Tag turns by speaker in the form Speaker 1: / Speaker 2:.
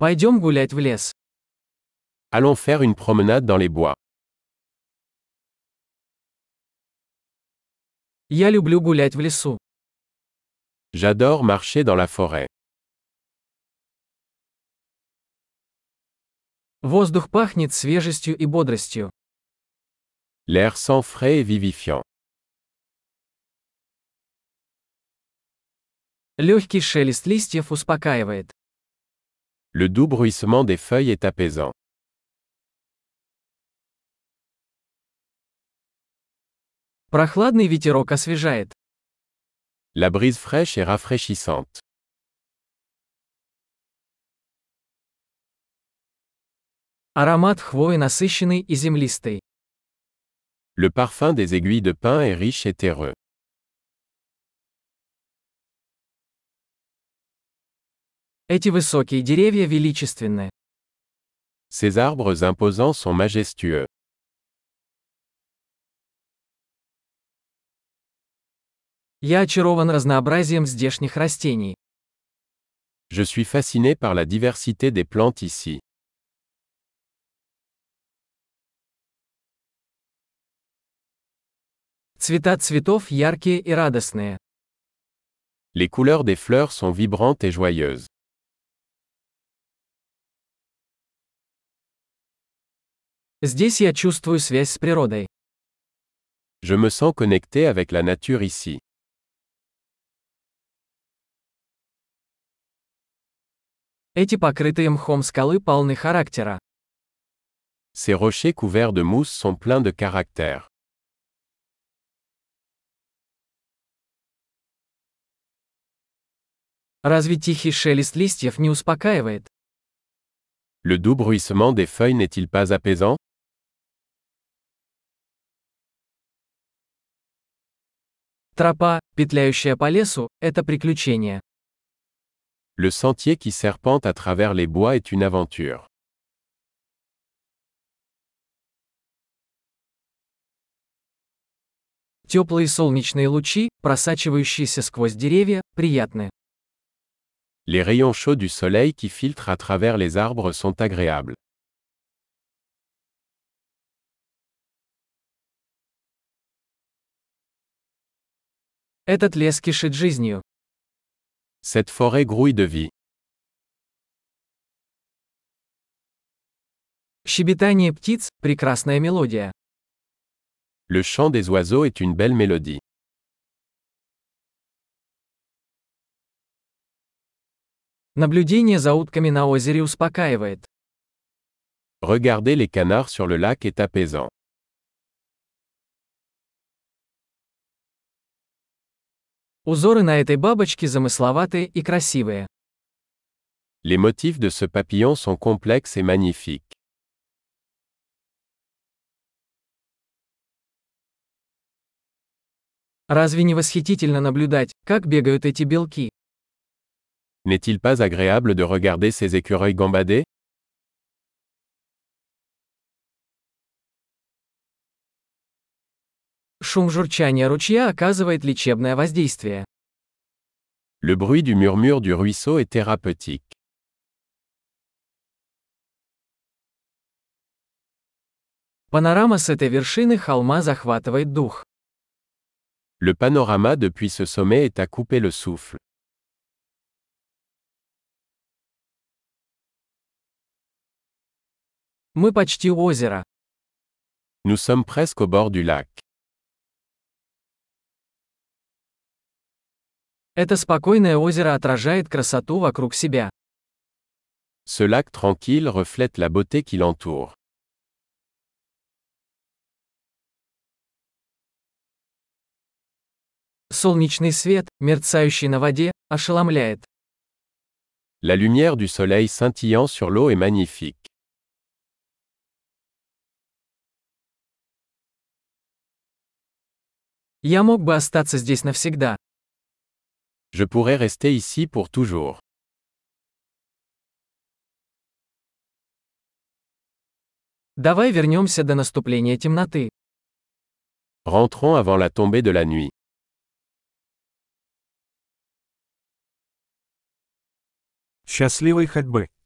Speaker 1: Пойдем гулять в лес.
Speaker 2: Allons faire une promenade dans les bois.
Speaker 1: Я люблю гулять в лесу.
Speaker 2: J'adore marcher dans la forêt.
Speaker 1: Воздух пахнет свежестью и бодростью.
Speaker 2: L'air sent frais et vivifiant.
Speaker 1: Легкий шелест листьев успокаивает.
Speaker 2: Le doux bruissement des feuilles est apaisant.
Speaker 1: Прохладный ветерок освежает.
Speaker 2: La brise fraîche est rafraîchissante.
Speaker 1: Аромат хвои насыщенный и землистый.
Speaker 2: Le parfum des aiguilles de pin est riche et terreux.
Speaker 1: Эти высокие деревья величественны.
Speaker 2: Ces arbres imposants sont majestueux.
Speaker 1: Я очарован разнообразием здешних растений.
Speaker 2: Je suis fasciné par la diversité des plantes ici.
Speaker 1: Цвета цветов яркие и радостные.
Speaker 2: Les couleurs des fleurs sont vibrantes et joyeuses.
Speaker 1: Здесь я чувствую связь с природой.
Speaker 2: Je me sens connecté avec la nature ici.
Speaker 1: Эти покрытые мхом скалы полны характера.
Speaker 2: Ces rochers couverts de mousse sont pleins de caractère.
Speaker 1: Разве тихий шелест листьев не успокаивает?
Speaker 2: Le doux bruissement des feuilles n'est-il pas apaisant
Speaker 1: Тропа, петляющая по лесу, это приключение.
Speaker 2: Le sentier qui serpente à travers les bois est une aventure.
Speaker 1: Теплые солнечные лучи, просачивающиеся сквозь деревья, приятны.
Speaker 2: Les rayons chauds du soleil qui filtrent à travers les arbres sont agréables.
Speaker 1: Этот лес кишит жизнью.
Speaker 2: Cette forêt grouille de vie.
Speaker 1: Щебетание птиц – прекрасная мелодия.
Speaker 2: Le chant des oiseaux est une belle mélodie.
Speaker 1: Наблюдение за утками на озере успокаивает.
Speaker 2: Regarder les canards sur le lac est apaisant.
Speaker 1: Узоры на этой бабочке замысловатые и красивые.
Speaker 2: Les motifs de ce papillon sont complexes et magnifiques.
Speaker 1: Разве не восхитительно наблюдать, как бегают эти белки?
Speaker 2: N'est-il pas agréable de regarder ces écureuils gambader
Speaker 1: Шум журчания ручья оказывает лечебное воздействие.
Speaker 2: Le bruit du murmure du ruisseau est thérapeutique.
Speaker 1: Панорама с этой вершины холма захватывает дух.
Speaker 2: Le panorama depuis ce sommet est à couper le souffle.
Speaker 1: Мы почти у озера.
Speaker 2: Nous sommes presque au bord du lac.
Speaker 1: Это спокойное озеро отражает красоту вокруг себя.
Speaker 2: Ce lac tranquille reflète la beauté qui l'entoure.
Speaker 1: Солнечный свет, мерцающий на воде, ошеломляет.
Speaker 2: La lumière du soleil scintillant sur l'eau est magnifique.
Speaker 1: Я мог бы остаться здесь навсегда.
Speaker 2: Je pourrais rester ici pour toujours.
Speaker 1: Давай вернемся до наступления темноты.
Speaker 2: Rentrons avant la tombée de la nuit.
Speaker 3: Счастливой ходьбы!